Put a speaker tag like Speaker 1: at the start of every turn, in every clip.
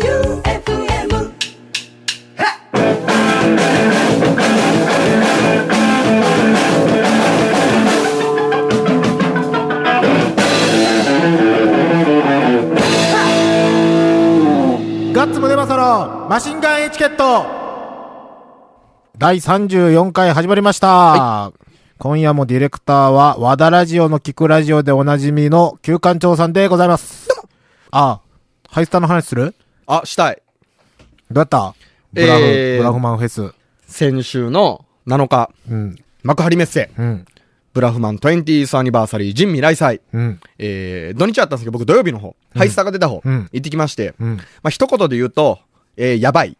Speaker 1: J-O-E-U-F-M
Speaker 2: ガッツムネマソのマシンガンエチケット第34回始まりました、今夜もディレクターは和田ラジオの聞くラジオでおなじみの旧館長さんでございます。あハイスタの話する
Speaker 3: あ、したい。
Speaker 2: どうやったブラフ、
Speaker 3: えー
Speaker 2: ブラフマンフェス。
Speaker 3: 先週の7日、
Speaker 2: うん、
Speaker 3: 幕張メッセ、
Speaker 2: うん、
Speaker 3: ブラフマン 20th アニバーサリー、人未来祭。
Speaker 2: うん、
Speaker 3: えー、土日あったんですけど、僕土曜日の方、ハイスターが出た方、
Speaker 2: うん
Speaker 3: 行ってきまして、
Speaker 2: うん。
Speaker 3: まあ、一言で言うと、えー、やばい。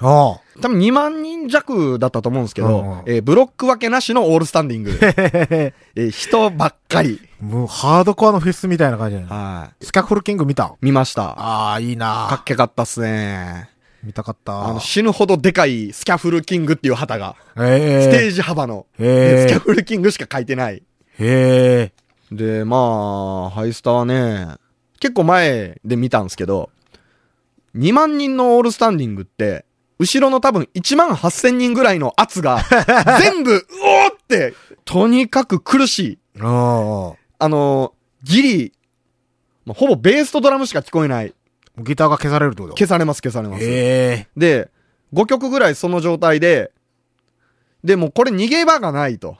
Speaker 2: おう
Speaker 3: 多分2万人弱だったと思うんですけ
Speaker 2: うんうん
Speaker 3: ど、えー、ブロック分けなしのオールスタ ンディング。えー、人ばっかり。
Speaker 2: もうハードコアのフェスみたいな感じだね。
Speaker 3: は
Speaker 2: スキャッフルキング見た
Speaker 3: い。見ました。
Speaker 2: ああ、いい
Speaker 3: か
Speaker 2: な
Speaker 3: っけかったっすね。
Speaker 2: 見たかっ
Speaker 3: あ
Speaker 2: た
Speaker 3: の、。死ぬほどでかいスキャフルキングっていう旗が、ステ
Speaker 2: え
Speaker 3: ージ幅の、
Speaker 2: へー
Speaker 3: スキャフルキングしか書いてない。
Speaker 2: えー、ええ
Speaker 3: で、まあ、ハイスターはね、結構前で見たんですけど、2万人のオールスタンディングって、後ろの多分1万8000人ぐらいの圧が、全部、うおーって、とにかく苦しい。
Speaker 2: ー。おう
Speaker 3: あの、ギリ、まあほぼベースとドラムしか聞こえない。
Speaker 2: おうギターが消されるってこと
Speaker 3: 消されます、消されます。
Speaker 2: え
Speaker 3: で、5曲ぐらいその状態で、で、もうこれ逃げ場がないと。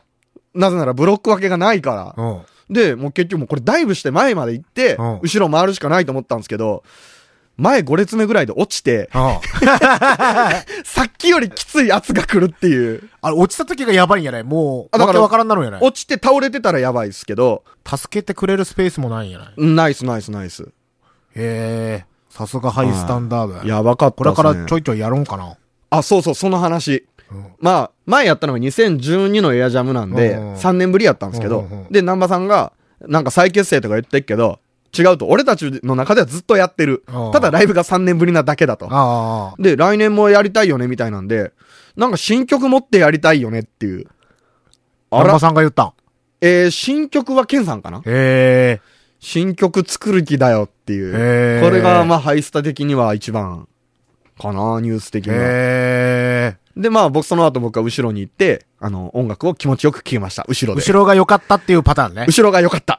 Speaker 3: なぜならブロック分けがないから
Speaker 2: え。うん。
Speaker 3: で、もう結局もうこれダイブして前まで行って、
Speaker 2: うん
Speaker 3: 後ろ回るしかないと思ったんですけど、前5列目ぐらいで落ち て、
Speaker 2: あ
Speaker 3: さっきよりきつい圧が来るっていう。
Speaker 2: あれ、落ちた時がやばいんやないもう、
Speaker 3: あだ
Speaker 2: わ
Speaker 3: か
Speaker 2: け
Speaker 3: ら
Speaker 2: わからんなるんやない
Speaker 3: 落ちて倒れてたらやばいっすけど、
Speaker 2: 助けてくれるスペースもないんやない
Speaker 3: ナイスナイスナイス。
Speaker 2: へえ、さすがハイスタンダードや。
Speaker 3: やばかった
Speaker 2: こ
Speaker 3: っす
Speaker 2: れ
Speaker 3: ね。
Speaker 2: からちょいちょいやろうかな。
Speaker 3: あ、そうそう、その話。
Speaker 2: うん
Speaker 3: まあ、前やったのが2012のエアジャムなんで、
Speaker 2: うんうん
Speaker 3: 3年ぶりやったんですけど、
Speaker 2: うんうんうん
Speaker 3: で、南波さんが、なんか再結成とか言ってっけど、違うと、俺たちの中ではずっとやってる
Speaker 2: うん。
Speaker 3: ただライブが3年ぶりなだけだと。
Speaker 2: ああ、
Speaker 3: で、来年もやりたいよね、みたいなんで、なんか新曲持ってやりたいよねっていう。あ
Speaker 2: あら
Speaker 3: ら、
Speaker 2: さんが言ったん。
Speaker 3: えー、新曲はケンさんかな
Speaker 2: へ
Speaker 3: 新曲作る気だよってい
Speaker 2: へー
Speaker 3: う。これが、まあ、ハイスタ的には一番、かな、ニュース的
Speaker 2: え、
Speaker 3: には。
Speaker 2: へえ。
Speaker 3: で、まあ、僕、その後僕は後ろに行って、あの、音楽を気持ちよく聴きました。後ろで。
Speaker 2: 後ろが良かったっていうパターンね。
Speaker 3: 後ろが良か った。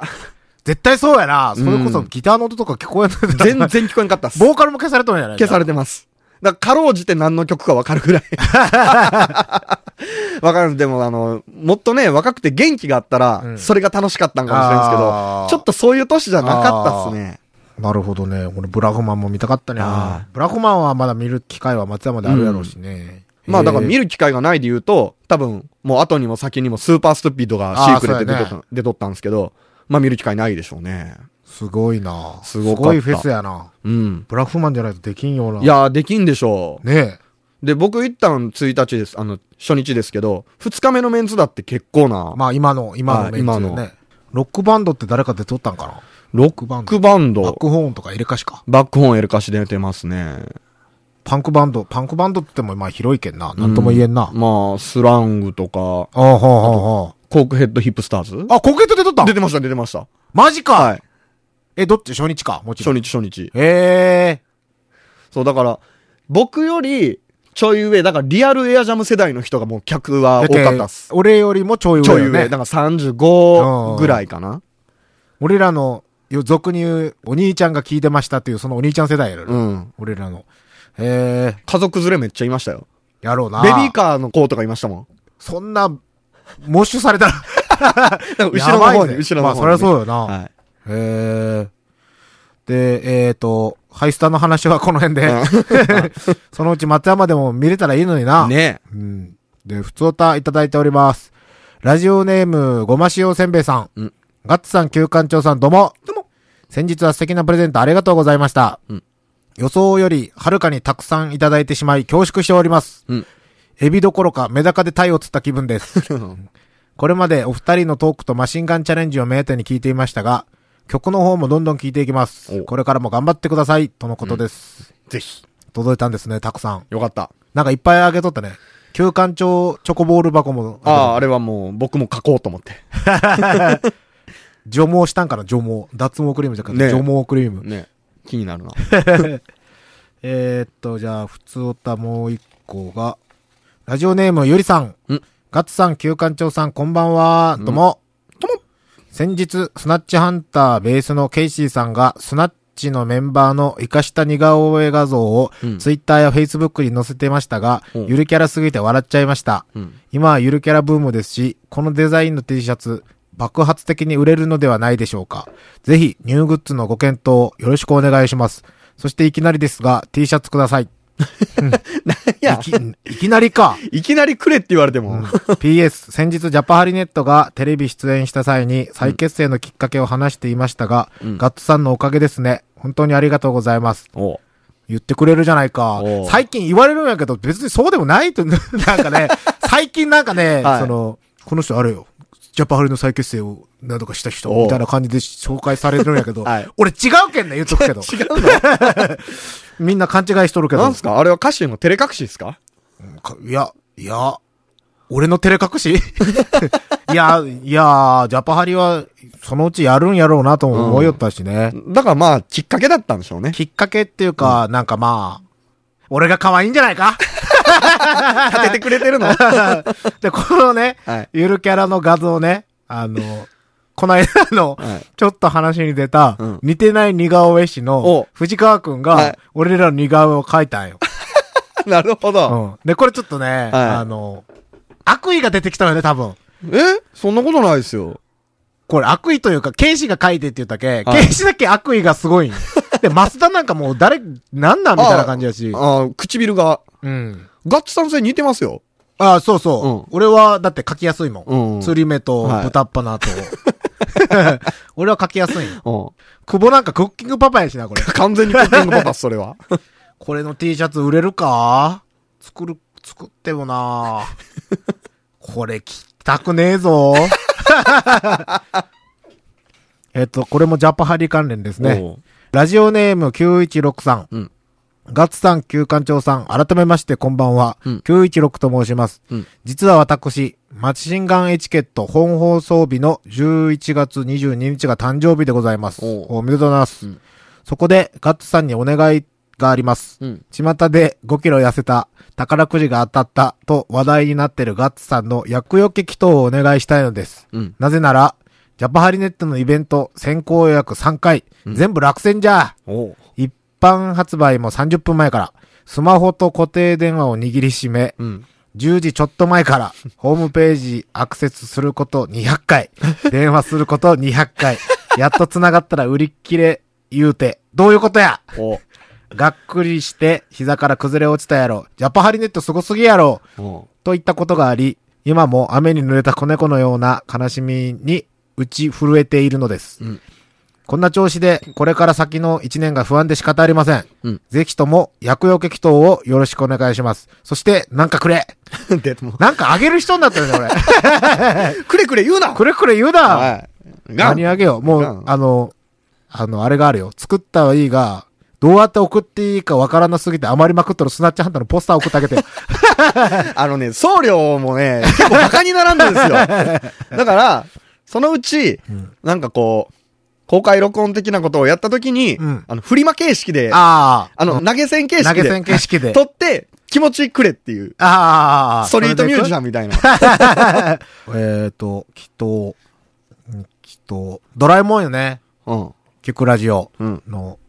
Speaker 2: 絶対そうやな。それこそ
Speaker 3: うん
Speaker 2: ギターの音とか聞こえない。
Speaker 3: 全然聞こえんかったっす。
Speaker 2: ボーカルも消されたんやない
Speaker 3: 消されてます。だから、かろうじて何の曲かわかる ぐらい。わかる。でも、あの、もっとね、若くて元気があったら、
Speaker 2: ん
Speaker 3: それが楽しかったんかもしれないですけ
Speaker 2: あ
Speaker 3: ど
Speaker 2: ー、
Speaker 3: ちょっとそういう年じゃなかったっすね。
Speaker 2: なるほどね。俺、ブラフマンも見たかったね
Speaker 3: あ。
Speaker 2: ブラフマンはまだ見る機会は松山であるやろうしね。
Speaker 3: まあ、だから
Speaker 2: へえ
Speaker 3: 見る機会がないで言うと、多分、もう後にも先にもスーパーストゥピードがシークレットで
Speaker 2: あー
Speaker 3: 出
Speaker 2: そう
Speaker 3: と,、出とったんですけど、まあ見る機会ないでしょうね。
Speaker 2: すごいな
Speaker 3: すごかった
Speaker 2: いフェスやな。
Speaker 3: うん。
Speaker 2: ブラフマンじゃないとできんような。
Speaker 3: い。やー、できんでしょう。
Speaker 2: ね
Speaker 3: で、僕一旦1日です、あの、初日ですけど、2日目のメンツだって結構な
Speaker 2: え。、まあ今の、今のメン
Speaker 3: あ
Speaker 2: ツ
Speaker 3: 今
Speaker 2: よ
Speaker 3: の
Speaker 2: ね。ロックバンドって誰か出とったんかな
Speaker 3: ロ
Speaker 2: クバン
Speaker 3: ッ
Speaker 2: ド
Speaker 3: クバン
Speaker 2: バッ
Speaker 3: ド、
Speaker 2: クホーンとか入れかしか。
Speaker 3: バックホーンエルカシ出てますね。
Speaker 2: パンクバンド、パンクバンドって言ってもまあ広いけんな。なんとも言えんな。
Speaker 3: まあ、スラングとか、
Speaker 2: ああ、ほうほうほ
Speaker 3: コークヘッドヒップスターズ
Speaker 2: う。あ、コケット出とった
Speaker 3: 出てました、出てました。
Speaker 2: マジか、
Speaker 3: はい。
Speaker 2: え、どっち初日かもちろ
Speaker 3: 初
Speaker 2: ん。
Speaker 3: 日、初日。
Speaker 2: へえ。
Speaker 3: そう、だから、僕より、ちょい上、だからリアルエアジャム世代の人がもう客は多かったっす。
Speaker 2: だけ俺よりもちょい
Speaker 3: ちょ
Speaker 2: 上
Speaker 3: い
Speaker 2: よ
Speaker 3: 上、
Speaker 2: ね
Speaker 3: だ。から35ぐらいかな。
Speaker 2: 俺らの、よ俗に言う、お兄ちゃんが聞いてましたっていう、そのお兄ちゃん世代やろ。
Speaker 3: うん。
Speaker 2: 俺らの。へえ、
Speaker 3: 家族連れめっちゃいましたよ。
Speaker 2: やろうな。
Speaker 3: ベビーカーの子とかいましたもん。
Speaker 2: そんな、モッシュされたら。
Speaker 3: だから 後ろの
Speaker 2: や
Speaker 3: 方
Speaker 2: ばい
Speaker 3: に、
Speaker 2: ぜ
Speaker 3: 後ろの方に。
Speaker 2: まあ、そりゃそうよな。
Speaker 3: はい。
Speaker 2: へえ。で、えっ、と、ハイスタの話はこの辺で、 そのうち松山でも見れたらいいのにな。。
Speaker 3: ね
Speaker 2: うん。で、普通歌いただいております。ラジオネーム、ごま塩せんべいさん。
Speaker 3: うん
Speaker 2: ガッツさん、旧館長さん、どうも。
Speaker 3: どうも。
Speaker 2: 先日は素敵なプレゼントありがとうございました。
Speaker 3: うん
Speaker 2: 予想より、はるかにたくさんいただいてしまい、恐縮しております。
Speaker 3: うん
Speaker 2: エビどころか、メダカで鯛を釣った気分です。 これまでお二人のトークとマシンガンチャレンジを目当てに聞いていましたが、曲の方もどんどん聞いていきます。
Speaker 3: お
Speaker 2: これからも頑張ってください、とのことです。
Speaker 3: ぜひ。
Speaker 2: 届いたんですね、たくさん。
Speaker 3: よかった。
Speaker 2: なんかいっぱいあげとったね。旧館長チョコボール箱も、
Speaker 3: ああ、あれはもう、僕も書こうと思って。
Speaker 2: 除毛したんかな、除毛。脱毛クリームじゃなくて、
Speaker 3: ね
Speaker 2: 除毛クリーム。
Speaker 3: ね。 気に なるな。
Speaker 2: えー、っと、じゃあ、普通おたもう一個が、ラジオネームゆりさん。
Speaker 3: ん
Speaker 2: ガッツさん、旧館長さん、こんばんは。どうも。先日、スナッチハンターベースのケイシーさんが、スナッチのメンバーの生かした似顔絵画像を、
Speaker 3: うん
Speaker 2: ツイッターやフェイスブックに載せてましたが、
Speaker 3: うん
Speaker 2: ゆるキャラすぎて笑っちゃいました。
Speaker 3: うん。
Speaker 2: 今はゆるキャラブームですし、このデザインの T シャツ、爆発的に売れるのではないでしょうか。ぜひ、ニューグッズのご検討、よろしくお願いします。そしていきなりですが、T シャツください。
Speaker 3: いや
Speaker 2: い、き、いきなり か。
Speaker 3: いきなりくれって言われても。
Speaker 2: PS、先日ジャパハリネットがテレビ出演した際に再結成のきっかけを話していましたが、
Speaker 3: うん
Speaker 2: ガッツさんのおかげですね。本当にありがとうございます。
Speaker 3: おう
Speaker 2: 言ってくれるじゃないか
Speaker 3: おう。
Speaker 2: 最近言われるんやけど、別にそうでもないと、なん かね、最近なんかね、
Speaker 3: はい
Speaker 2: その、この人あれよ。ジャパハリの再結成を何とかした人、
Speaker 3: おう
Speaker 2: みたいな感じで紹介されるんやけど、
Speaker 3: はい
Speaker 2: 俺違うけんね、言っとくけど。
Speaker 3: 違うの
Speaker 2: みんな勘違いしとるけ
Speaker 3: な
Speaker 2: ど
Speaker 3: ん。すかあれは歌手の照れ隠しですか
Speaker 2: かいや、いや、俺の照れ隠し いや、いや、ジャパハリは、そのうちやるんやろうなとも思いよったしね。
Speaker 3: だからまあ、きっかけだったんでしょう ね。
Speaker 2: きっかけっていうか、なんかまあ、俺が可愛いんじゃないか
Speaker 3: 立ててくれてる の
Speaker 2: で、このね、
Speaker 3: はい
Speaker 2: ゆるキャラの画像ね、あの、この間の、
Speaker 3: はい
Speaker 2: ちょっと話に出た、
Speaker 3: うん
Speaker 2: 似てない似顔絵師の
Speaker 3: お
Speaker 2: 藤川くん
Speaker 3: は
Speaker 2: が
Speaker 3: い、
Speaker 2: 俺らの似顔絵を描いたんよ。
Speaker 3: なるほど。
Speaker 2: うん、で、これちょっとね、あの、悪意が出てきたよね、多分。
Speaker 3: えそんなことないですよ。
Speaker 2: これ悪意というか、ケイシが書いてって言ったけ、
Speaker 3: はい
Speaker 2: ケイシだけ悪意がすごいんよで、増田なんかもう誰、なんなんみたいな感じだし。
Speaker 3: ああ、唇が、
Speaker 2: うん。
Speaker 3: ガッツさん性似てますよ。
Speaker 2: ああ、そうそう
Speaker 3: うん。
Speaker 2: 俺は、だって書きやすいも
Speaker 3: うんうん
Speaker 2: ん。釣り目と
Speaker 3: はい
Speaker 2: 豚っ鼻 と。 俺は書きやすいんよ。
Speaker 3: うん。
Speaker 2: 久保なんかクッキングパパやしな、これ。
Speaker 3: 完全にクッキングパパっす、それは。
Speaker 2: これの T シャツ売れるか作る、作っても なこれ着たくねえぞ。えっと、これもジャパハリ関連です ね。
Speaker 3: おう
Speaker 2: ラジオネーム9163。
Speaker 3: うん
Speaker 2: ガッツさん、旧館長さん、改めましてこんばんは。
Speaker 3: うん
Speaker 2: 916と申します。
Speaker 3: うん
Speaker 2: 実は私、マチシンガンエチケット本放送日の11月22日が誕生日でございます。
Speaker 3: おう
Speaker 2: おめでとうございます。
Speaker 3: うん
Speaker 2: そこで、ガッツさんにお願いがあります。
Speaker 3: うん。
Speaker 2: 巷で5キロ痩せた、宝くじが当たったと話題になってるガッツさんの薬よけ祈祷をお願いしたいのです。
Speaker 3: うん。
Speaker 2: なぜなら、ジャパハリネットのイベント先行予約3回、全部落選じゃ
Speaker 3: おう
Speaker 2: 一般発売も30分前から、スマホと固定電話を握りしめ、
Speaker 3: うん。
Speaker 2: 10時ちょっと前から、ホームページアクセスすること200回、 電話すること200回、やっと繋がったら売り切れ言うて、どういうことや
Speaker 3: おう
Speaker 2: がっくりして、膝から崩れ落ちたやろ。ジャパハリネットすごすぎやろ。
Speaker 3: おう
Speaker 2: といったことがあり、今も雨に濡れた子猫のような悲しみに打ち震えているのです。
Speaker 3: うん
Speaker 2: こんな調子で、これから先の一年が不安で仕方ありません。
Speaker 3: うん
Speaker 2: ぜひとも、薬用激闘をよろしくお願いします。そして、なんかくれ
Speaker 3: でも、
Speaker 2: なんかあげる人になったよね、俺。
Speaker 3: くれくれ言うな
Speaker 2: くれくれ言うな、
Speaker 3: はい。が
Speaker 2: 何あげよう。も
Speaker 3: ガ
Speaker 2: う
Speaker 3: ン、
Speaker 2: あの、あの、あれがあるよ。作ったはいいが、どうやって送っていいかわからなすぎて余りまくっとるスナッチハンターのポスター送ってあ げて。
Speaker 3: あのね、送料もね、結構馬鹿に並ん だんですよ。だから、そのうち、なんかこう、公開録音的なことをやったときに、
Speaker 2: うん
Speaker 3: あの、振り負け式で、あ
Speaker 2: ああ。
Speaker 3: の、投げ銭形式
Speaker 2: 投
Speaker 3: で、
Speaker 2: げ銭形式で。
Speaker 3: 取って、気持ちくれっていう、
Speaker 2: ああ。
Speaker 3: ストリートミュージ
Speaker 2: ン。
Speaker 3: アンみたいな。
Speaker 2: えっと、きっと、うんきっと、ドラえもんよね。
Speaker 3: うん。
Speaker 2: キクラジオ
Speaker 3: うん。
Speaker 2: の。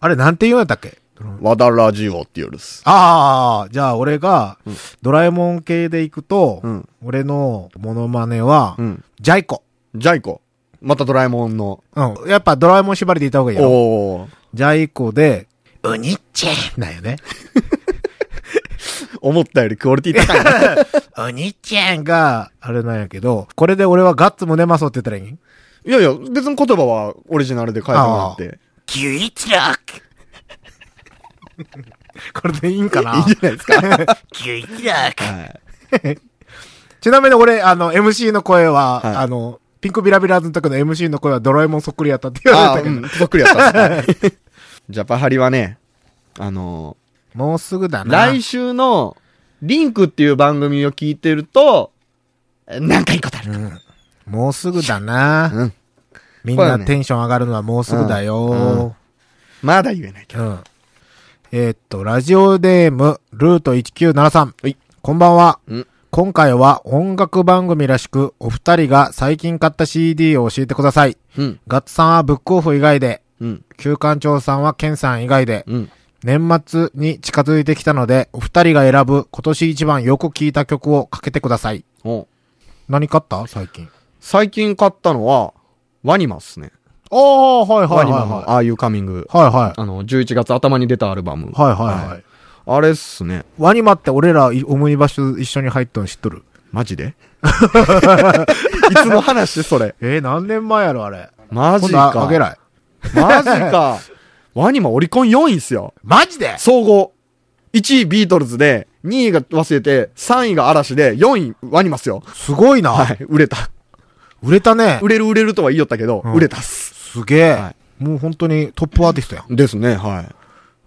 Speaker 2: あれ、なんて言うんやったっけ
Speaker 3: 和田ラジオっていうです。
Speaker 2: ああ、じゃあ俺が、ドラえもん系で行くと
Speaker 3: うん、
Speaker 2: 俺のモノマネは
Speaker 3: う、ん。
Speaker 2: ジャイコ。
Speaker 3: ジャイコ。またドラえもんの。
Speaker 2: うん。やっぱドラえもん縛りでいた方がいいよ。
Speaker 3: おー。
Speaker 2: ジャイコで、うにっちーなんよ ね。
Speaker 3: 思ったよりクオリティ高いな。
Speaker 2: うにっちーんが、あれなんやけど、これで俺はガッツムネマソって言ったらいいん
Speaker 3: いやいや、別に言葉はオリジナルで書いてもらって。
Speaker 2: キュイチロック これでいいんかない
Speaker 3: いじゃないで すか。
Speaker 2: キュイチロック
Speaker 3: はい。
Speaker 2: ちなみに俺、あの、MC の声は、
Speaker 3: はい
Speaker 2: あの、ピンクビラビラーズの時の MC の声はドラえもんそっくりやったって言わ
Speaker 3: あ
Speaker 2: れた
Speaker 3: あ、
Speaker 2: けど、
Speaker 3: うん、そっくりやったっす ね。ジャパハリはね、あの
Speaker 2: もうすぐだ
Speaker 3: ー
Speaker 2: な。
Speaker 3: 来週の、リンクっていう番組を聞いてると、えなんかいいことある。
Speaker 2: もうすぐだな。
Speaker 3: うん
Speaker 2: みんな
Speaker 3: これね
Speaker 2: テンション上がるのはもうすぐだよ。
Speaker 3: まだ言えないけど。
Speaker 2: うん。えーっと、ラジオネーム、ルート1973。
Speaker 3: はい
Speaker 2: こんばんは。
Speaker 3: うん
Speaker 2: 今回は音楽番組らしく、お二人が最近買った CD を教えてください。
Speaker 3: うん。
Speaker 2: ガッツさんはブックオフ以外で、
Speaker 3: うん。
Speaker 2: 旧館長さんはケンさん以外で、
Speaker 3: うん。
Speaker 2: 年末に近づいてきたので、お二人が選ぶ今年一番よく聴いた曲をかけてください。
Speaker 3: お
Speaker 2: 何買った最近。
Speaker 3: 最近買ったのは、ワニマっすね。
Speaker 2: ああ、はい
Speaker 3: ワニマの、ああいうカミング。
Speaker 2: はいはい。
Speaker 3: あの、11月頭に出たアルバム。
Speaker 2: はいはいはい。
Speaker 3: あれっすね。
Speaker 2: ワニマって俺らオムニバス一緒に入ったの知っとる
Speaker 3: マジ でいつの話それ。
Speaker 2: えー、何年前やろあれ。
Speaker 3: マジか。
Speaker 2: 今度あげない。
Speaker 3: マジ か。ワニマオリコン4位っすよ。
Speaker 2: マジで
Speaker 3: 総合。1位ビートルズで、2位が忘れて、3位が嵐で、4位ワニマっすよ。
Speaker 2: すごいな、
Speaker 3: はい、売れた。
Speaker 2: 売れたね。
Speaker 3: 売れる売れるとは言いよったけど、
Speaker 2: うん
Speaker 3: 売れたっす。
Speaker 2: すげえ、
Speaker 3: は
Speaker 2: もう本当にトップアーティストやん。
Speaker 3: ですね、は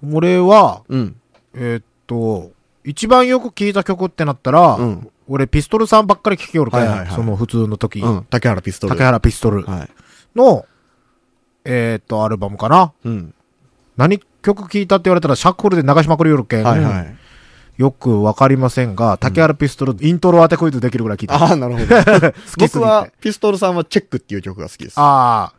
Speaker 3: い。
Speaker 2: 俺は、
Speaker 3: うん。
Speaker 2: えーっと、一番よく聴いた曲ってなったら、
Speaker 3: うん
Speaker 2: 俺ピストルさんばっかり聴きおるから、
Speaker 3: はいはいはい
Speaker 2: その普通の時、
Speaker 3: うん。竹原ピストル。
Speaker 2: 竹原ピストル
Speaker 3: はい。
Speaker 2: の、えーっと、アルバムかな。
Speaker 3: うん。
Speaker 2: 何曲聴いたって言われたらシャッフルで流しまくりよるけん、
Speaker 3: はいはい。
Speaker 2: よくわかりませんが、竹原ピストル、イントロ当てクイズできるぐらい聴いた。
Speaker 3: ああ、なるほ ど。
Speaker 2: ぎて
Speaker 3: 僕は、ピストルさんはチェックっていう曲が好きです。
Speaker 2: あ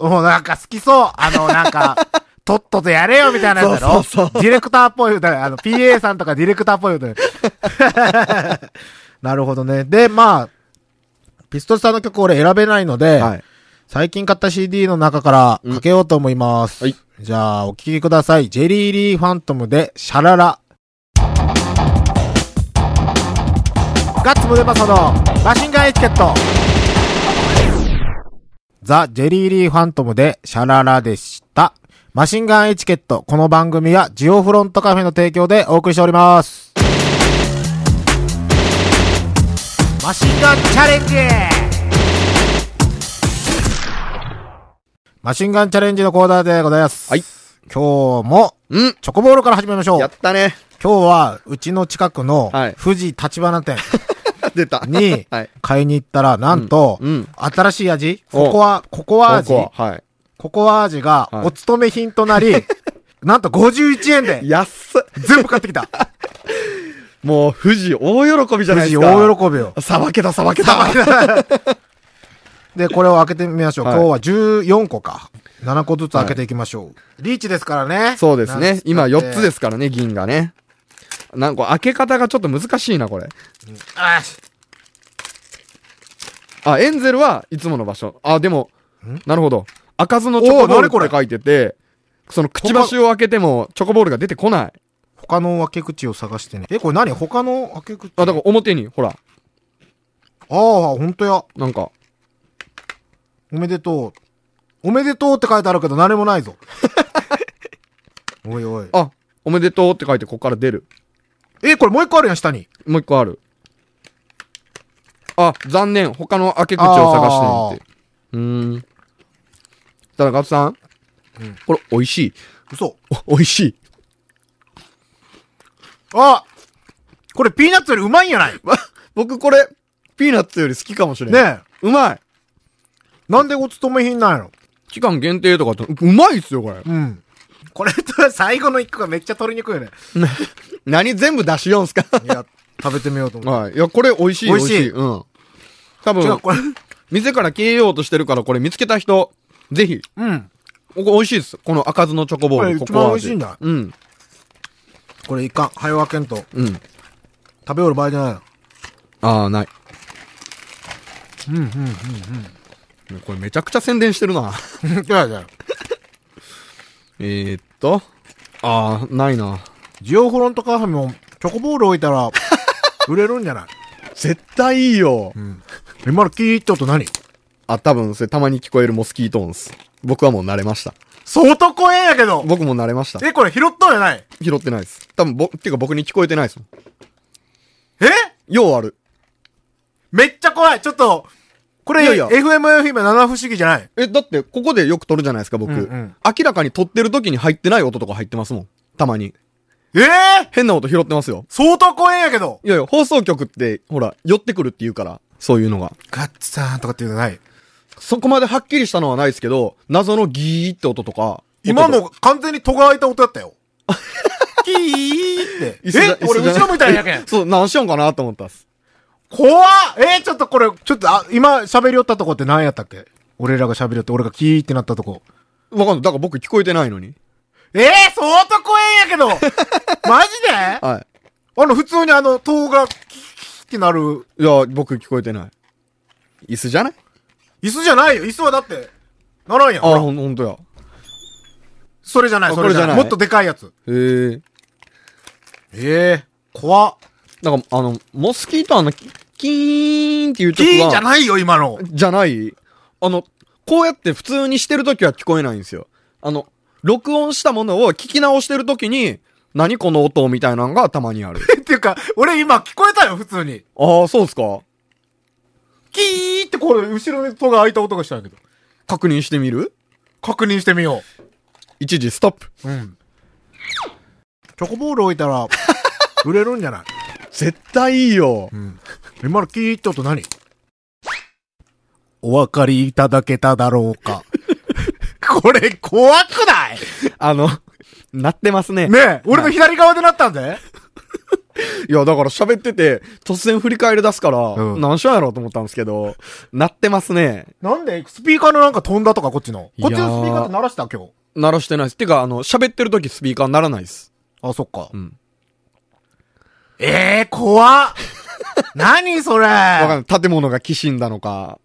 Speaker 2: あ。もうなんか好きそう。あの、なん か、とっととやれよみたいなやつだろ
Speaker 3: そうそう
Speaker 2: ディレクターっぽい歌あの、PA さんとかディレクターっぽい歌 なるほどね。で、まあ、ピストルさんの曲俺選べないので、
Speaker 3: はい。
Speaker 2: 最近買った CD の中からかけようと思います。
Speaker 3: うんはい
Speaker 2: じゃあ、お聴きください。ジェリーリーファントムで、シャララ。ガッツムデパソのマシンガンエチケット。ザ・ジェリーリーファントムで、シャララでした。マシンガンエチケット。この番組は、ジオフロントカフェの提供でお送りしております。マシンガンチャレンジマシンガンチャレンジのコーナーでございます。
Speaker 3: はい。
Speaker 2: 今日も、
Speaker 3: うん。
Speaker 2: チョコボールから始めましょう。
Speaker 3: や
Speaker 2: 今
Speaker 3: ったね。
Speaker 2: 日は、うちの近くの
Speaker 3: はい、
Speaker 2: 富士立花店
Speaker 3: 出た。
Speaker 2: に
Speaker 3: はい。
Speaker 2: 買いに行ったら、なんと
Speaker 3: うんうん、
Speaker 2: 新しい味
Speaker 3: お
Speaker 2: ココア、ココア味
Speaker 3: ここははい。
Speaker 2: ココア味が、
Speaker 3: はい
Speaker 2: お勤め品とな り、なんと51円で、
Speaker 3: 安っ。
Speaker 2: 全部買ってきた。
Speaker 3: もう、富士大喜びじゃな
Speaker 2: 富士
Speaker 3: いですか。
Speaker 2: 大喜びよ。
Speaker 3: び。さばけた、さばけた。
Speaker 2: で、これを開けてみましょう。
Speaker 3: はい
Speaker 2: 今日は14個か。7個ずつ開けていきましょう。リーチですからね。
Speaker 3: そうです
Speaker 2: なんつ
Speaker 3: ね
Speaker 2: っ。た
Speaker 3: 今
Speaker 2: って
Speaker 3: 4つですからね、銀がね。なんか開け方がちょっと難しいな、これ。
Speaker 2: あー
Speaker 3: あ、エンゼルはいつもの場所。あ、でも、なるほど。開かずのチョ
Speaker 2: お
Speaker 3: コ
Speaker 2: ー
Speaker 3: ボー
Speaker 2: 何こ
Speaker 3: ル
Speaker 2: れ
Speaker 3: って書いてて、そのくちばしを開けてもチョコボールが出てこない。
Speaker 2: 他の開け口を探してね。え、これ何他の開け口
Speaker 3: あ、だから表に、ほら、
Speaker 2: ああ、ほんとや。
Speaker 3: なんか、
Speaker 2: おめでとう。おめでとうって書いてあるけど何もない ぞ。おいおい。
Speaker 3: あ、おめでとうって書いてここから出る。
Speaker 2: え、これもう一個あるやん、下に。
Speaker 3: もう一個ある。あ、残念。他の開け口を探してみて。うーん。ただ、ガブさん、これ、美味しい。
Speaker 2: 嘘。
Speaker 3: お美味しい。
Speaker 2: あこれピーナッツよりうまいんやない
Speaker 3: わ僕これ、ピーナッツより好きかもしれない。
Speaker 2: ねえ。
Speaker 3: うまい。
Speaker 2: なんでお勤め品なんやろ
Speaker 3: 期間限定とかって、ううまいっすよ、これ。
Speaker 2: うん。これと最後の一個がめっちゃ取りにくいよね。
Speaker 3: 何全部出しよんすか
Speaker 2: いや、食べてみようと思
Speaker 3: はい。いや、これ美味しい、
Speaker 2: 美
Speaker 3: 美
Speaker 2: 味
Speaker 3: 味
Speaker 2: し
Speaker 3: し
Speaker 2: い
Speaker 3: い。うん。
Speaker 2: う。
Speaker 3: 多
Speaker 2: 違
Speaker 3: 分
Speaker 2: う、、これ。
Speaker 3: 店から消えようとしてるから、これ見つけた人、ぜひ、
Speaker 2: うん。
Speaker 3: ここ美味しいです。この開かずのチョコボール、
Speaker 2: これ
Speaker 3: ここは
Speaker 2: 一番美味しいんだ
Speaker 3: うん。
Speaker 2: これいかん。早分けんと。
Speaker 3: うん。
Speaker 2: 食べよる場合じゃないの。
Speaker 3: ああ、ない。うん、うん、うん、うん。これめちゃくちゃ宣伝してるな。
Speaker 2: いやいや。
Speaker 3: えーっと。ああ、ないな。
Speaker 2: ジオフロントカフェもチョコボール置いたら売れるんじゃない
Speaker 3: 絶対いいよ。
Speaker 2: 今のキーッと音何
Speaker 3: あ、多分、それたまに聞こえるモスキート音っす。僕はもう慣れました。
Speaker 2: 相当怖えんやけど
Speaker 3: 僕も慣れました。
Speaker 2: え、これ拾ったんじゃない
Speaker 3: 拾ってないです。多分、ぼ、っていうか僕に聞こえてないです。
Speaker 2: え
Speaker 3: ようある。
Speaker 2: めっちゃ怖いちょっと、これ、
Speaker 3: いやいや
Speaker 2: FMF 今七不思議じゃない
Speaker 3: え、だって、ここでよく撮るじゃないですか、僕。
Speaker 2: うんうん
Speaker 3: 明らかに撮ってる時に入ってない音とか入ってますもん。たまに。
Speaker 2: ええ
Speaker 3: 変な音拾ってますよ。
Speaker 2: 相当怖えんやけど
Speaker 3: いやいや、放送局って、ほら、寄ってくるって言うから、そういうのが。
Speaker 2: ガッツさんとかっていうのない
Speaker 3: そこまではっきりしたのはないですけど、謎のギーって音とか、。
Speaker 2: 今も完全に戸が開いた音だったよ。 キーって。え俺後ろ向いたんやけん
Speaker 3: そう、何しよんかなと思ったっす。
Speaker 2: 怖っえーちょっとこれ、ちょっと、あ、今喋りよったとこって何やったっけ俺らが喋りよって、俺がキーってなったとこ。
Speaker 3: わかんない。だから僕聞こえてないのに。
Speaker 2: えー、相当怖えんやけどマジであ
Speaker 3: は
Speaker 2: の、普通にあの、塔がキーってなる。
Speaker 3: い。いや、僕聞こえてない。椅子じゃない
Speaker 2: 椅子じゃないよ。椅子はだって、ならんやん。
Speaker 3: あ、
Speaker 2: ほら
Speaker 3: ほん、ほんとや。
Speaker 2: それじゃない、
Speaker 3: あ
Speaker 2: それじゃない。
Speaker 3: これじゃな
Speaker 2: も
Speaker 3: い
Speaker 2: っとでかいやつ。
Speaker 3: へえ。
Speaker 2: ええ怖っ。
Speaker 3: なんか、あの、モスキートあの、キキーンっていう
Speaker 2: キ
Speaker 3: 曲は。
Speaker 2: ーじゃないよ、今の。
Speaker 3: じゃないあの、こうやって普通にしてるときは聞こえないんですよ。あの、録音したものを聞き直してるときに、何この音みたいなのがたまにある。
Speaker 2: っていうか、俺今聞こえたよ、普通に。
Speaker 3: ああ、そうですか
Speaker 2: キーってこれ、後ろに戸が開いた音がしたんやけど。
Speaker 3: 確認してみる
Speaker 2: 確認してみよ
Speaker 3: 一時ストップ。
Speaker 2: う。うん。チョコボール置いたら、売れるんじゃない
Speaker 3: 絶対いいよ。
Speaker 2: 今のキーって音何お分かりいただけただろう か。これ、怖くない
Speaker 3: あの、なってますね。
Speaker 2: ねえ、俺の左側でなったんで。
Speaker 3: いや、だから喋ってて、突然振り返り出すから、
Speaker 2: うん
Speaker 3: 何しようやろうと思ったんですけど、なってますね。
Speaker 2: なんでスピーカーのなんか飛んだとか、こっちの。
Speaker 3: い
Speaker 2: こ
Speaker 3: や
Speaker 2: っ
Speaker 3: ー
Speaker 2: ちのスピーカーって鳴らした今日。
Speaker 3: 鳴らしてないです。てか、あの、喋ってるときスピーカーならないです。
Speaker 2: あ、そっか。
Speaker 3: うん。
Speaker 2: ええー、怖っ 何それ
Speaker 3: わかんない。建物がきしんだのか、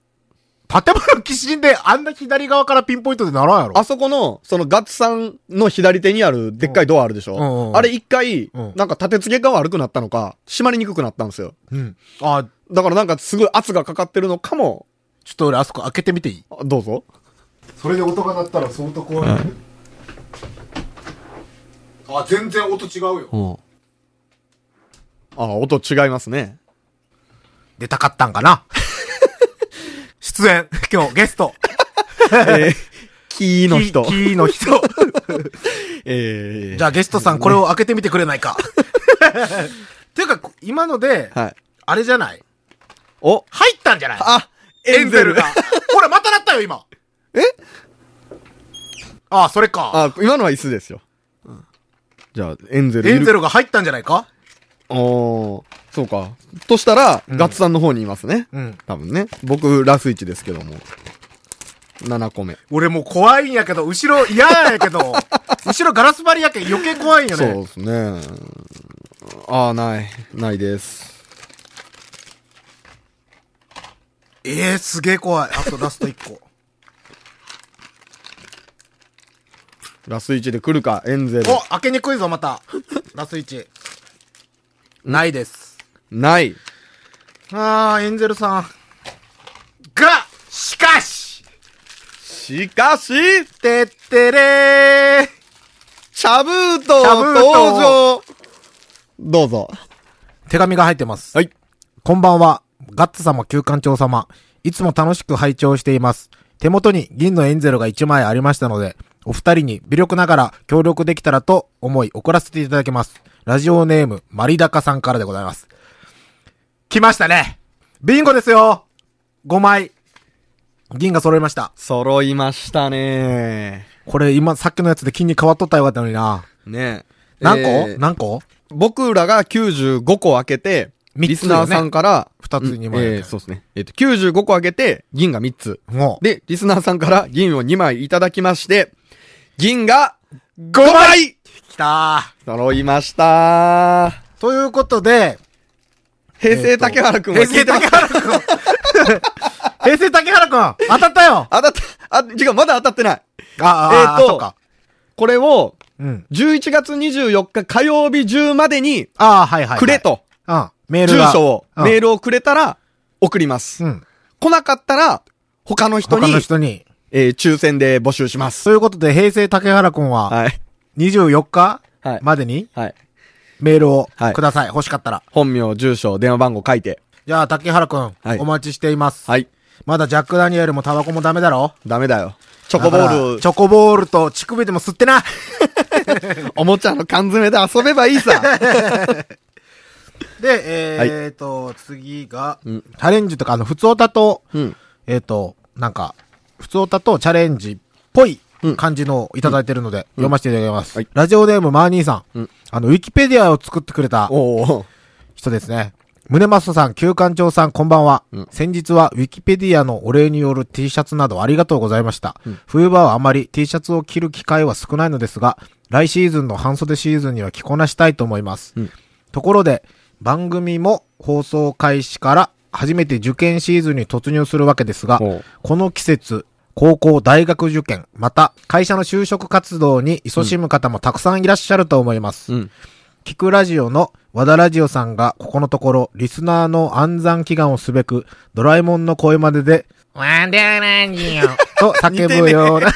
Speaker 2: 建物寄進であんな左側からピンポイントでならんやろ
Speaker 3: あそこの、そのガッツさんの左手にあるでっかいドアあるでしょ、
Speaker 2: うんうんうん
Speaker 3: あれ一回、
Speaker 2: うん
Speaker 3: なんか立て付けが悪くなったのか、閉まりにくくなったんですよ。
Speaker 2: うん。あ、
Speaker 3: だからなんかすごい圧がかかってるのかも、
Speaker 2: ちょっと俺あそこ開けてみていい
Speaker 3: あどうぞ。
Speaker 2: それで音が鳴ったら相当怖い。あ、全然音違うよ。
Speaker 3: あ音違いますね。
Speaker 2: 出たかったんか な出演、今日ゲスト。
Speaker 3: えー、 キーの人
Speaker 2: キ。ーキーの 人。
Speaker 3: えー、
Speaker 2: じゃあゲストさんこれを開けてみてくれない か。ていうか、今ので、
Speaker 3: はい。
Speaker 2: あれじゃない
Speaker 3: お、
Speaker 2: 入ったんじゃない
Speaker 3: あ、。
Speaker 2: エンゼルがほら、またなったよ、今。
Speaker 3: え
Speaker 2: ああ、それか。
Speaker 3: あ、今のは椅子ですよ。じゃあ、エンゼルい
Speaker 2: エ
Speaker 3: る。
Speaker 2: ンゼルが入ったんじゃないか
Speaker 3: おーそうか。としたら、
Speaker 2: うん
Speaker 3: ガッツさんの方にいますね。
Speaker 2: うん。
Speaker 3: 多分ね。僕、ラス1ですけども。7個目。
Speaker 2: 俺もう怖いんやけど、後ろ嫌やけ ど、後ろガラス張りやけん余計怖いんよ
Speaker 3: そう
Speaker 2: ね。
Speaker 3: ですね。ああ、ない。ないです。
Speaker 2: ええー、すげえ怖い。あとラスト1個。
Speaker 3: ラス1で来るか、エンゼル。
Speaker 2: お、開けにくいぞ、また。 ラス1。ないです。
Speaker 3: ない。
Speaker 2: あー、エンゼルさん。が、しかし、
Speaker 3: しかし、
Speaker 2: てってれー。
Speaker 3: チャブー
Speaker 2: チ
Speaker 3: ト
Speaker 2: ャブー
Speaker 3: 登
Speaker 2: ト
Speaker 3: 場どうぞ。
Speaker 2: 手紙が入ってます。
Speaker 3: はい。
Speaker 2: こんばんは。ガッツ様、旧館長様。いつも楽しく拝聴しています。手元に銀のエンゼルが1枚ありましたので、お二人に微力ながら協力できたらと思い送らせていただきます。ラジオネーム、マリダカさんからでございます。来ましたね。ビンゴですよ !5 枚。銀が揃いました。
Speaker 3: 揃いましたね。
Speaker 2: これ今、さっきのやつで金に変わっとったらよかったのにな。
Speaker 3: ね
Speaker 2: 何個、
Speaker 3: えー
Speaker 2: 何個
Speaker 3: 僕らが95個開けて、
Speaker 2: 三つ
Speaker 3: リスナーさんから、
Speaker 2: 二つに枚
Speaker 3: うんえーそうですね。えっ、と、95個開けて、銀が3つ。
Speaker 2: もう。
Speaker 3: で、リスナーさんから銀を2枚いただきまして、銀が5
Speaker 2: 枚
Speaker 3: 枚
Speaker 2: 来た
Speaker 3: 揃いました
Speaker 2: ー。ということで、
Speaker 3: 平成竹原くんは
Speaker 2: 平成
Speaker 3: 聞いてます
Speaker 2: 竹原くん 平成竹原くん当たったよ
Speaker 3: 当たった、あ、違う、まだ当たってない。
Speaker 2: あ
Speaker 3: えーと
Speaker 2: そうか。
Speaker 3: これを、
Speaker 2: うん。
Speaker 3: 11月24日火曜日中までに、
Speaker 2: ああ、はいはい、はい。
Speaker 3: くれ。と、
Speaker 2: うん。メール
Speaker 3: 住
Speaker 2: が。
Speaker 3: 所を、
Speaker 2: うん
Speaker 3: メールをくれたら、送ります。
Speaker 2: うん。
Speaker 3: 来なかったら、他の人
Speaker 2: 他
Speaker 3: に
Speaker 2: の、人に。
Speaker 3: えー抽選で募集します。
Speaker 2: ということで、平成竹原くんは、
Speaker 3: はい。
Speaker 2: 24日
Speaker 3: はい
Speaker 2: までに
Speaker 3: はい。
Speaker 2: メールを
Speaker 3: はい
Speaker 2: ください。欲しかったら。
Speaker 3: 本名、住所、電話番号書いて。
Speaker 2: じゃあ、竹原くん、
Speaker 3: はい
Speaker 2: お待ちしています。
Speaker 3: はい。
Speaker 2: まだジャック・ダニエルもタバコもダメだろ
Speaker 3: ダメだよ。チ
Speaker 2: チ
Speaker 3: ョコボール
Speaker 2: チ、ョコボールと乳首でも吸って な。
Speaker 3: おもちゃの缶詰で遊べばいいさ。
Speaker 2: で、え
Speaker 3: はい
Speaker 2: ーと、次が、
Speaker 3: うん
Speaker 2: チャレンジとか、あの、普通歌と、
Speaker 3: うん。
Speaker 2: えっ、と、なんか、普通歌とチャレンジっぽい
Speaker 3: うん
Speaker 2: 感じのをいただいてるので、読ませていただきます。
Speaker 3: はい
Speaker 2: ラジオネームマーニーさん。
Speaker 3: うん
Speaker 2: あの、ウィキペディアを作ってくれた
Speaker 3: おー
Speaker 2: 人ですね。宗マスさん、旧館長さん、こんばんは。
Speaker 3: うん
Speaker 2: 先日は、ウィキペディアのお礼による T シャツなどありがとうございました。冬場はあまり T シャツを着る機会は少ないのですが、来シーズンの半袖シーズンには着こなしたいと思います。
Speaker 3: うん
Speaker 2: ところで、番組も放送開始から初めて受験シーズンに突入するわけですが、
Speaker 3: おう
Speaker 2: この季節、高校、大学受験、また会社の就職活動に勤しむ方もたくさんいらっしゃると思います。
Speaker 3: うん。
Speaker 2: 聞くラジオの和田ラジオさんがここのところリスナーの暗算祈願をすべくドラえもんの声までで和田ラジオ と叫ぶような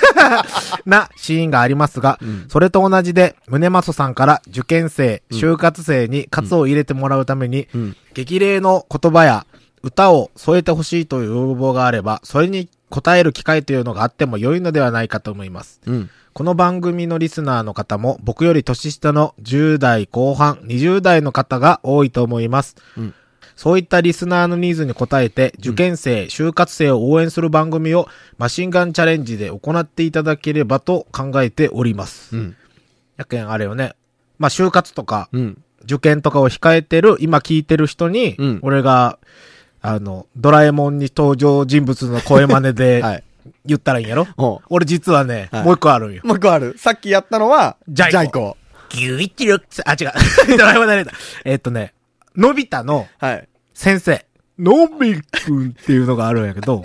Speaker 2: なシーンがありますが、それと同じで宗正さんから受験生、就活生に活を入れてもらうために、
Speaker 3: ん
Speaker 2: 激励の言葉や歌を添えてほしいという要望があれば、それに応える機会というのがあっても良いのではないかと思います。
Speaker 3: うん。
Speaker 2: この番組のリスナーの方も僕より年下の10代後半、20代の方が多いと思います。
Speaker 3: うん
Speaker 2: そういったリスナーのニーズに応えて、受験生、就活生を応援する番組をマシンガンチャレンジで行っていただければと考えております。
Speaker 3: うん。
Speaker 2: やけんあれよね。まあ、就活とか、
Speaker 3: うん。
Speaker 2: 受験とかを控えてる、今聞いてる人に、
Speaker 3: うん
Speaker 2: 俺が、あの、ドラえもんに登場人物の声真似
Speaker 3: は
Speaker 2: で
Speaker 3: い。
Speaker 2: 言ったらいいんやろ、
Speaker 3: おう
Speaker 2: 俺実はね、
Speaker 3: はい
Speaker 2: もう一個あるんよ。
Speaker 3: もう一個ある。さっきやったのは、
Speaker 2: ジャイコ
Speaker 3: コ。
Speaker 2: 916あ、違う。ドラ えもんだれだ。えっとね、のび太の
Speaker 3: はい。
Speaker 2: 先生。のびくんっていうのがあるんやけど。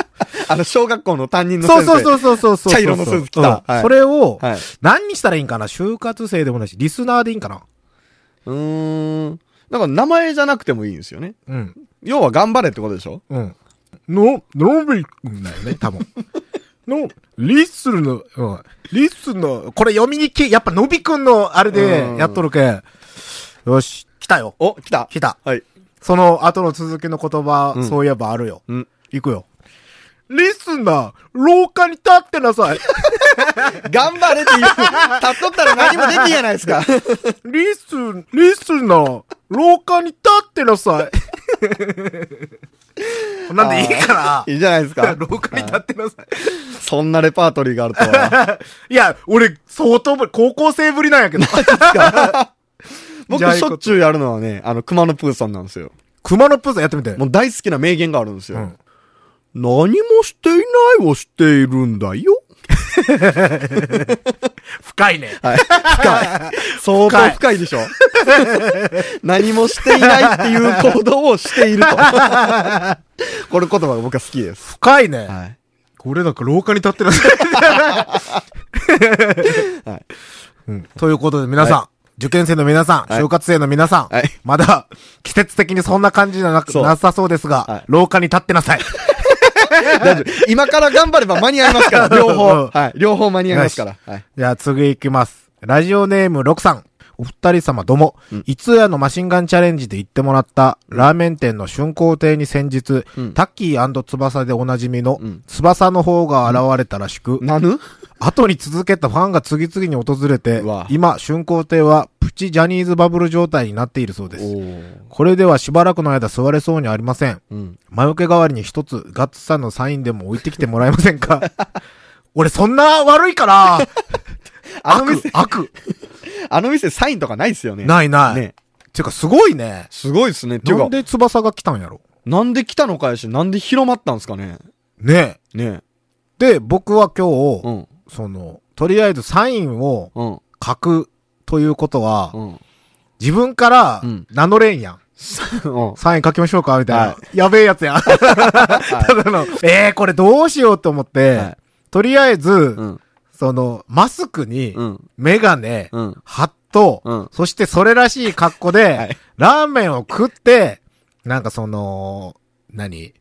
Speaker 3: あの、小学校の担任の
Speaker 2: そう
Speaker 3: 先生。
Speaker 2: そうそううそうそうそうそう。
Speaker 3: 茶色のスーツ着た
Speaker 2: うん
Speaker 3: はい
Speaker 2: それを
Speaker 3: はい、
Speaker 2: 何にしたらいいんかな就活生でもないし、リスナーでいいんかな
Speaker 3: そう。うーん。だから名前じゃなくてもいいんですよね。
Speaker 2: うん。
Speaker 3: 要は頑張れってことでしょ
Speaker 2: うん。の、のびくんだよね、 多分。の、リスの、うん。リスの、これ読みにき、やっぱのびくんのあれでやっとるけん。よし、来たよ。
Speaker 3: お、来た。
Speaker 2: 来た。
Speaker 3: はい。
Speaker 2: その後の続きの言葉、
Speaker 3: うん
Speaker 2: そういえばあるよ。
Speaker 3: うん。
Speaker 2: 行くよ。リスナー、廊下に立ってなさい。
Speaker 3: 頑張れって言う。立っとったら何もできんやないですか。
Speaker 2: リス、リスナー、廊下に立ってなさ い。なんでいいか
Speaker 3: いいじゃないです
Speaker 2: な
Speaker 3: か。
Speaker 2: 廊下に立ってなさい。
Speaker 3: そんなレパートリーがあるとは。
Speaker 2: いや、俺、相当ぶり、高校生ぶりなんやけど。
Speaker 3: 僕
Speaker 2: ジャイ
Speaker 3: し
Speaker 2: コ
Speaker 3: ょっちゅうやるのはね、あの、熊野プーさんなんですよ。
Speaker 2: 熊野プーさんやってみて。
Speaker 3: もう大好きな名言があるんですよ。
Speaker 2: うん
Speaker 3: 何もしていないをしているんだよ。
Speaker 2: 深いね。
Speaker 3: はい。深い。相当深いでしょ何もしていないっていう行動をしていると。これ言葉が僕は好きです。
Speaker 2: 深いね。
Speaker 3: はい。
Speaker 2: 俺なんか廊下に立ってなさい。
Speaker 3: はい。
Speaker 2: ということで皆さん、受験生の皆さん、
Speaker 3: はい
Speaker 2: 就活生の皆さん、
Speaker 3: はい
Speaker 2: まだ季節的にそんな感じじゃなく
Speaker 3: そう
Speaker 2: なさそうですが、
Speaker 3: はい
Speaker 2: 廊下に立ってなさい。
Speaker 3: 大丈夫。今から頑張れば間に合います から、両方。
Speaker 2: うん
Speaker 3: はい。両方間に合いますから。はい。
Speaker 2: じゃあ次行きます。ラジオネーム6さん。お二人様どうも。いつやのマシンガンチャレンジで行ってもらった、ラーメン店の春光亭に先日、
Speaker 3: うん
Speaker 2: タッキー翼でおなじみの、
Speaker 3: うん
Speaker 2: 翼の方が現れたらしく、
Speaker 3: なぬ
Speaker 2: 後に続けたファンが次々に訪れて
Speaker 3: うわ、
Speaker 2: 今、春光亭はプチジャニーズバブル状態になっているそうです。
Speaker 3: ー
Speaker 2: これではしばらくの間座れそうにありません。
Speaker 3: うん。
Speaker 2: 魔除け代わりに一つ、ガッツさんのサインでも置いてきてもらえませんか 俺そんな悪いから、
Speaker 3: あの
Speaker 2: 悪
Speaker 3: 店、、
Speaker 2: 悪。
Speaker 3: あの店サインとかないっすよね。
Speaker 2: ないない。
Speaker 3: ね。
Speaker 2: てかすごいね。
Speaker 3: すごいっすね。っていう
Speaker 2: なん
Speaker 3: か、
Speaker 2: で翼が来たんやろ
Speaker 3: なんで来たのかやし、なんで広まったんすかね。
Speaker 2: ねえ。
Speaker 3: ね。
Speaker 2: で、僕は今日、
Speaker 3: うん。
Speaker 2: その、とりあえずサインを
Speaker 3: うん。
Speaker 2: 書くということは、
Speaker 3: うん。
Speaker 2: 自分から
Speaker 3: うん
Speaker 2: 名乗れんやん。
Speaker 3: うん。
Speaker 2: サイン書きましょうかみたいな。
Speaker 3: は
Speaker 2: やべえやつやん。 ただの、えー、これどうしようと思って、
Speaker 3: はい
Speaker 2: とりあえず、
Speaker 3: うん。
Speaker 2: その、マスクに
Speaker 3: う、ん。
Speaker 2: メガネ、
Speaker 3: うん。
Speaker 2: ハット、
Speaker 3: うん
Speaker 2: そしてそれらしい格好で、
Speaker 3: はい
Speaker 2: ラーメンを食って、なんかその、何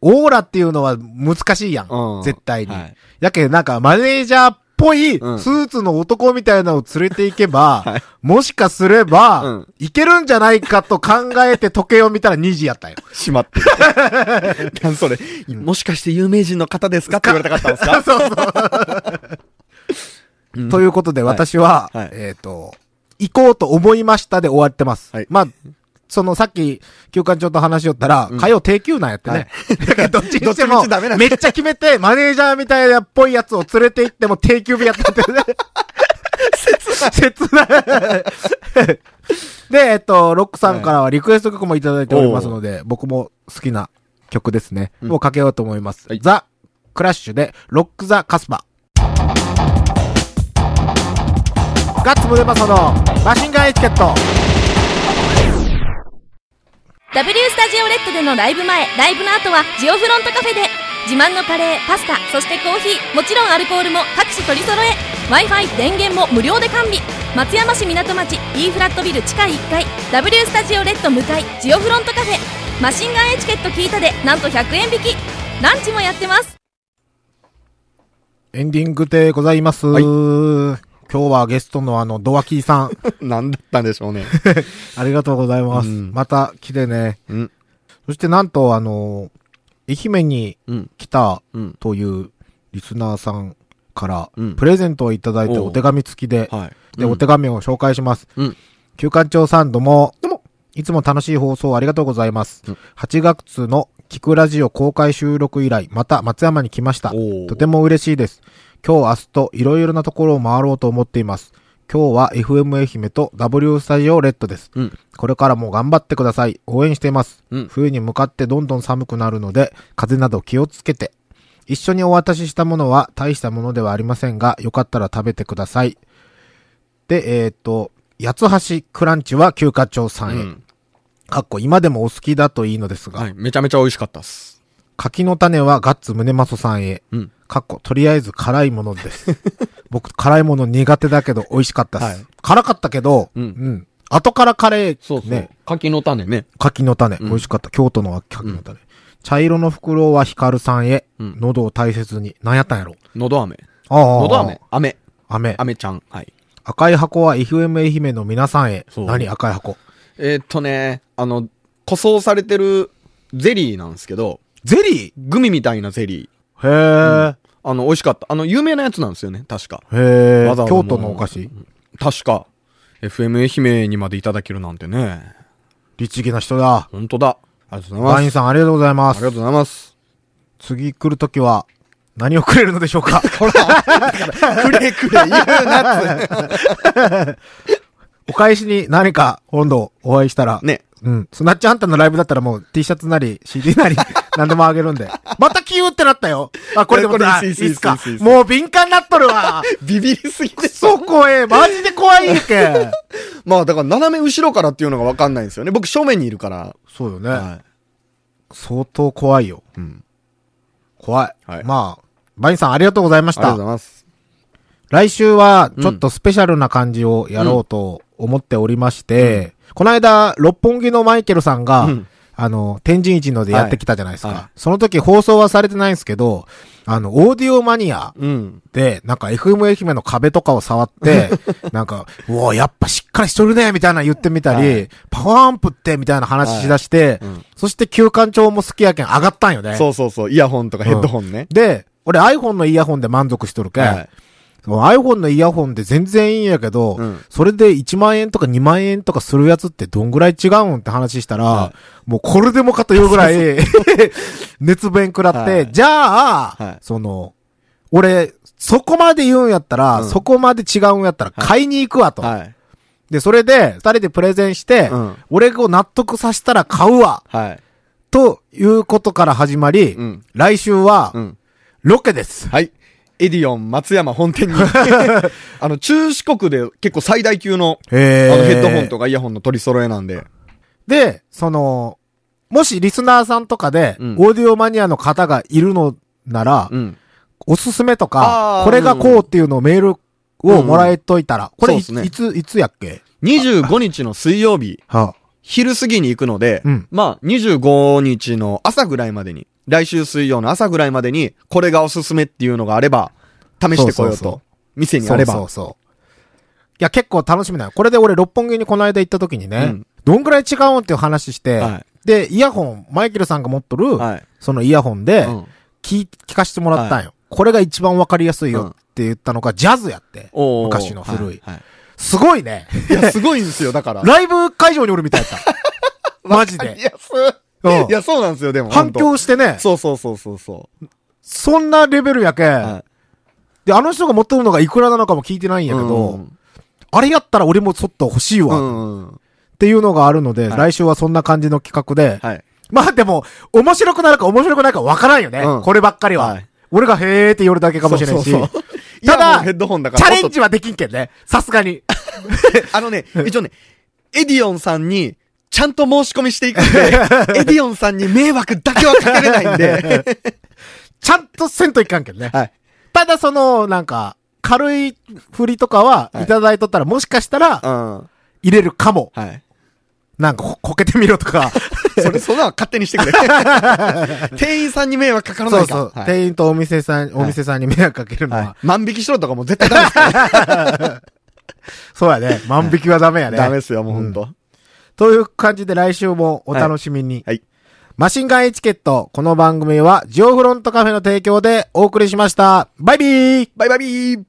Speaker 2: オーラっていうのは難しいやん。
Speaker 3: うん
Speaker 2: 絶対に。
Speaker 3: はい
Speaker 2: やけどなんかマネージャーっぽいス
Speaker 3: うん
Speaker 2: ーツの男みたいなのを連れて行けば、
Speaker 3: はい
Speaker 2: もしかすれば、
Speaker 3: うん
Speaker 2: いけるんじゃないかと考えて時計を見たら2時やったんよ。
Speaker 3: しま ってる。なんそれ、もしかして有名人の方ですかって言われたかったんです か
Speaker 2: そうそう。 ということで、私は、
Speaker 3: はい
Speaker 2: えっ、と、行こうと思いましたで終わってます。
Speaker 3: はい
Speaker 2: まあ、そのさっき、休館長と話しよったら、
Speaker 3: うん
Speaker 2: 火曜定休なんやってね。だからどっちにして
Speaker 3: どっちみ
Speaker 2: も
Speaker 3: ちダメな、ん
Speaker 2: め
Speaker 3: だ
Speaker 2: っちゃ決めて、マネージャーみたいなっぽいやつを連れて行っても定休日やったってね。切ない。で、えっと、ロックさんからはリクエスト曲もいただいておりますので、僕も好きな曲ですね。
Speaker 3: うん
Speaker 2: もうかけようと思います。
Speaker 3: はい
Speaker 2: ザ・クラッシュで、ロック・ザ・カスバ。ガッツムネマソのマシンガンエチケット。
Speaker 4: W スタジオレッドでのライブ前、ライブの後はジオフロントカフェで自慢のカレー、パスタ、そしてコーヒー、もちろんアルコールも各種取り揃え Wi-Fi、電源も無料で完備松山市港町 E フラットビル地下1階 W スタジオレッド向かいジオフロントカフェマシンガンエチケット聞いたでなんと100円引きランチもやってます
Speaker 2: エンディングでございます。
Speaker 3: はい
Speaker 2: 今日はゲストのあの、ドワキー さん、
Speaker 3: なんだったんでしょうね。
Speaker 2: ありがとうございます。
Speaker 3: うん
Speaker 2: また来てね。
Speaker 3: うん。
Speaker 2: そしてなんとあの、愛媛に
Speaker 3: うん。
Speaker 2: 来た
Speaker 3: うん。
Speaker 2: というリスナーさんから
Speaker 3: うん
Speaker 2: プレゼントをいただいて
Speaker 3: おう
Speaker 2: お手紙付きで、
Speaker 3: はい。
Speaker 2: で、お手紙を紹介します。
Speaker 3: うん。
Speaker 2: 休館長さんどうも、
Speaker 3: どうも
Speaker 2: いつも楽しい放送ありがとうございます。
Speaker 3: うん
Speaker 2: 8月のキクラジオ公開収録以来、また松山に来ました。
Speaker 3: おー
Speaker 2: とても嬉しいです。今日明日といろいろなところを回ろうと思っています。今日は FM 愛媛と W スタジオレッドです。
Speaker 3: うん。
Speaker 2: これからも頑張ってください。応援しています。
Speaker 3: うん
Speaker 2: 冬に向かってどんどん寒くなるので、風邪など気をつけて。一緒にお渡ししたものは大したものではありませんが、よかったら食べてください。で、えっ、と、八橋クランチは休暇長さ
Speaker 3: うん
Speaker 2: へ。
Speaker 3: ん。
Speaker 2: かっこ今でもお好きだといいのですが、
Speaker 3: はい。めちゃめちゃ美味しかったっす。
Speaker 2: 柿の種はガッツムネマソさんへ。
Speaker 3: うん。
Speaker 2: かっことりあえず辛いもの です。僕、辛いもの苦手だけど美味しかったです。
Speaker 3: はい
Speaker 2: 辛かったけど、
Speaker 3: うん
Speaker 2: 後からカレー、ね。
Speaker 3: そうそう。柿の種ね。
Speaker 2: 柿の種、
Speaker 3: ん
Speaker 2: 美味しかった。京都の柿の種。茶色の袋はヒカルさんへ、
Speaker 3: うん
Speaker 2: 喉を大切に。なんやったんやろ
Speaker 3: のど飴。
Speaker 2: ああ。
Speaker 3: のど飴。飴。
Speaker 2: 飴。
Speaker 3: 飴ちゃん。はい。
Speaker 2: 赤い箱は FM 愛媛の皆さんへ。
Speaker 3: そう
Speaker 2: 何赤い箱。
Speaker 3: えーっとね、あの、塗装されてるゼリーなんですけど、
Speaker 2: ゼリ
Speaker 3: グミみたいなゼリー。
Speaker 2: ーへ
Speaker 3: あの、美味しかった。あの、有名なやつなんですよね、確か。
Speaker 2: え、へえ
Speaker 3: わざわざも
Speaker 2: 京
Speaker 3: う
Speaker 2: 都のお菓子
Speaker 3: 確か。FM 愛媛にまでいただけるなんてね。
Speaker 2: 律儀な人だ。
Speaker 3: 本当だ。ありがとうござ
Speaker 2: ワイ
Speaker 3: い
Speaker 2: ン
Speaker 3: ます。
Speaker 2: さんありがとうござい
Speaker 3: あ
Speaker 2: ま
Speaker 3: り
Speaker 2: す。
Speaker 3: がとうござ います。
Speaker 2: 次来るときは、何をくれるのでしょう か
Speaker 3: くれくれ言うなっつ
Speaker 2: お返しに何か今度お会いしたら。
Speaker 3: ね。
Speaker 2: うん。スナッチハンターのライブだったらもう T シャツなり CD なり何でもあげるんで。またキューってなったよ。あ、これでも
Speaker 3: これ
Speaker 2: あい
Speaker 3: い
Speaker 2: い
Speaker 3: いっ
Speaker 2: っ
Speaker 3: すいいっす
Speaker 2: すか
Speaker 3: いいっすいいっ。す
Speaker 2: もう敏感なっとるわ。
Speaker 3: ビビりすぎて。
Speaker 2: そう怖え。マジで怖いけ。
Speaker 3: まあだから斜め後ろからっていうのがわかんないんですよね。僕正面にいるから。
Speaker 2: そうよね。
Speaker 3: は
Speaker 2: 相当怖いよ。
Speaker 3: い。うん。
Speaker 2: 怖い。
Speaker 3: はい
Speaker 2: まあ、バインさんありがとうございまし
Speaker 3: ありがとうござい
Speaker 2: た。
Speaker 3: ます。
Speaker 2: 来週はちょっとスペシャルな感じをやろうと思っておりまして、この間、六本木のマイケルさんが、
Speaker 3: うん
Speaker 2: あの、天神一のでやってきたじゃないですか。
Speaker 3: はいはい
Speaker 2: その時放送はされてないんですけど、あの、オーディオマニア
Speaker 3: うん。
Speaker 2: で、なんか FM 愛媛の壁とかを触 って、なんか、うおやっぱしっかりしとるねみたいなの言ってみたり、
Speaker 3: は
Speaker 2: パワーアンプってみたいな話しだして、
Speaker 3: はいうん
Speaker 2: そして休館長も好きやけん上がったんよね。
Speaker 3: そうそうそう。イヤホンとかヘッドホンね。
Speaker 2: で、俺 iPhone のイヤホンで満足しとるけん、
Speaker 3: はい。
Speaker 2: その iPhone のイヤホンで全然いいんやけど、
Speaker 3: うん
Speaker 2: それで1万円とか2万円とかするやつってどんぐらい違うんって話したら、
Speaker 3: は
Speaker 2: もうこれでもかというぐらい、 熱弁食らって、
Speaker 3: はい
Speaker 2: じゃあ、
Speaker 3: はい
Speaker 2: その、俺、そこまで言うんやったら、
Speaker 3: うん
Speaker 2: そこまで違うんやったら買いに行くわと。
Speaker 3: はい。
Speaker 2: で、それで、二人でプレゼンして、
Speaker 3: うん
Speaker 2: 俺を納得させたら買うわ、
Speaker 3: はい。
Speaker 2: ということから始まり、
Speaker 3: うん
Speaker 2: 来週は、
Speaker 3: うん。
Speaker 2: ロケです。
Speaker 3: はい。エディオン松山 本店に。あの、中四国で結構最大級の、あ
Speaker 2: へ
Speaker 3: の、ヘッドホン
Speaker 2: か
Speaker 3: とかイヤホンの取り揃えなんで。
Speaker 2: で、その、もしリスナーさんとかで、
Speaker 3: うん
Speaker 2: オーディオマニアの方がいるのなら、
Speaker 3: うん。
Speaker 2: おすすめと
Speaker 3: あ
Speaker 2: か、
Speaker 3: ー
Speaker 2: これがこうっていうのをメールをもらえといたら、これい,、
Speaker 3: そうっすね
Speaker 2: いつ、いつやっけ
Speaker 3: 25日の水曜日、
Speaker 2: は
Speaker 3: 昼過ぎに行くので、
Speaker 2: うん
Speaker 3: まあ、25日の朝ぐらいまでに、来週水曜の朝ぐらいまでに、これがおすすめっていうのがあれば、試してこ
Speaker 2: そう
Speaker 3: ようと。
Speaker 2: そうそう
Speaker 3: 店に
Speaker 2: そ
Speaker 3: あれ
Speaker 2: う
Speaker 3: ば。
Speaker 2: そうそう。いや、結構楽しみだよ。これで俺六本木にこの間行った時にね、
Speaker 3: うん
Speaker 2: どんぐらい違うんっていう話して、
Speaker 3: はい
Speaker 2: で、イヤホン、マイケルさんが持っとる、
Speaker 3: はい
Speaker 2: そのイヤホンで、
Speaker 3: うん
Speaker 2: 聞い、聞かせてもらったんよ。これが一番わかりやすいよって言ったのが、ジャズやって。
Speaker 3: おー
Speaker 2: 昔の古い。
Speaker 3: はは
Speaker 2: すごいね。
Speaker 3: いや、すごいんですよ、だから。
Speaker 2: ライブ会場におるみたいだった。マジで
Speaker 3: いや、そう
Speaker 2: うん、
Speaker 3: いや、そうなんですよ、でも。
Speaker 2: 反響してね、
Speaker 3: そうそうそうそうそう。
Speaker 2: そんなレベルやけん、
Speaker 3: はい
Speaker 2: で、あの人が持ってるのがいくらなのかも聞いてないんやけど、
Speaker 3: うん
Speaker 2: あれやったら俺もちょっと欲しいわ、っ
Speaker 3: うん。
Speaker 2: ていうのがあるので、
Speaker 3: はい
Speaker 2: 来週はそんな感じの企画で、
Speaker 3: はい。
Speaker 2: まあでも、面白くなるか面白くないかわからんよね、
Speaker 3: うん
Speaker 2: こればっかりは。
Speaker 3: はい
Speaker 2: 俺がへーって言るだけかもしれないし。
Speaker 3: そう そうそういや
Speaker 2: ただ
Speaker 3: もうヘッドホンだか
Speaker 2: チ
Speaker 3: ら
Speaker 2: ャレンジはできんけんね。さすがに。
Speaker 3: あのね、一応ね、エディオンさんに、ちゃんと申し込みしていくん で、エディオンさんに迷惑だけはかけれないんで。
Speaker 2: ちゃんとせんといかんけんね。
Speaker 3: はい。
Speaker 2: ただその、なんか、軽い振りとかは
Speaker 3: はい
Speaker 2: いただいとったら、もしかした
Speaker 3: う
Speaker 2: ら
Speaker 3: ん。
Speaker 2: 入れるかも。
Speaker 3: はい。
Speaker 2: なんかこ、こけてみろとか。
Speaker 3: それ、そんなの勝手に してくれ。店員さんに迷惑かから
Speaker 2: そう
Speaker 3: ないか
Speaker 2: そう。
Speaker 3: ら。はい
Speaker 2: 店員とお店さん、お店さんに迷惑かけるのは、
Speaker 3: はい万引きしろとかも絶対ダメですから。
Speaker 2: そうやね。万引きはダメやね。
Speaker 3: ダメですよ、もうほん
Speaker 2: ん
Speaker 3: と。
Speaker 2: という感じで来週もお楽しみに。
Speaker 3: はいはい
Speaker 2: マシンガンエチケット、この番組はジオフロントカフェの提供でお送りしました。バイビー
Speaker 3: バイバイビー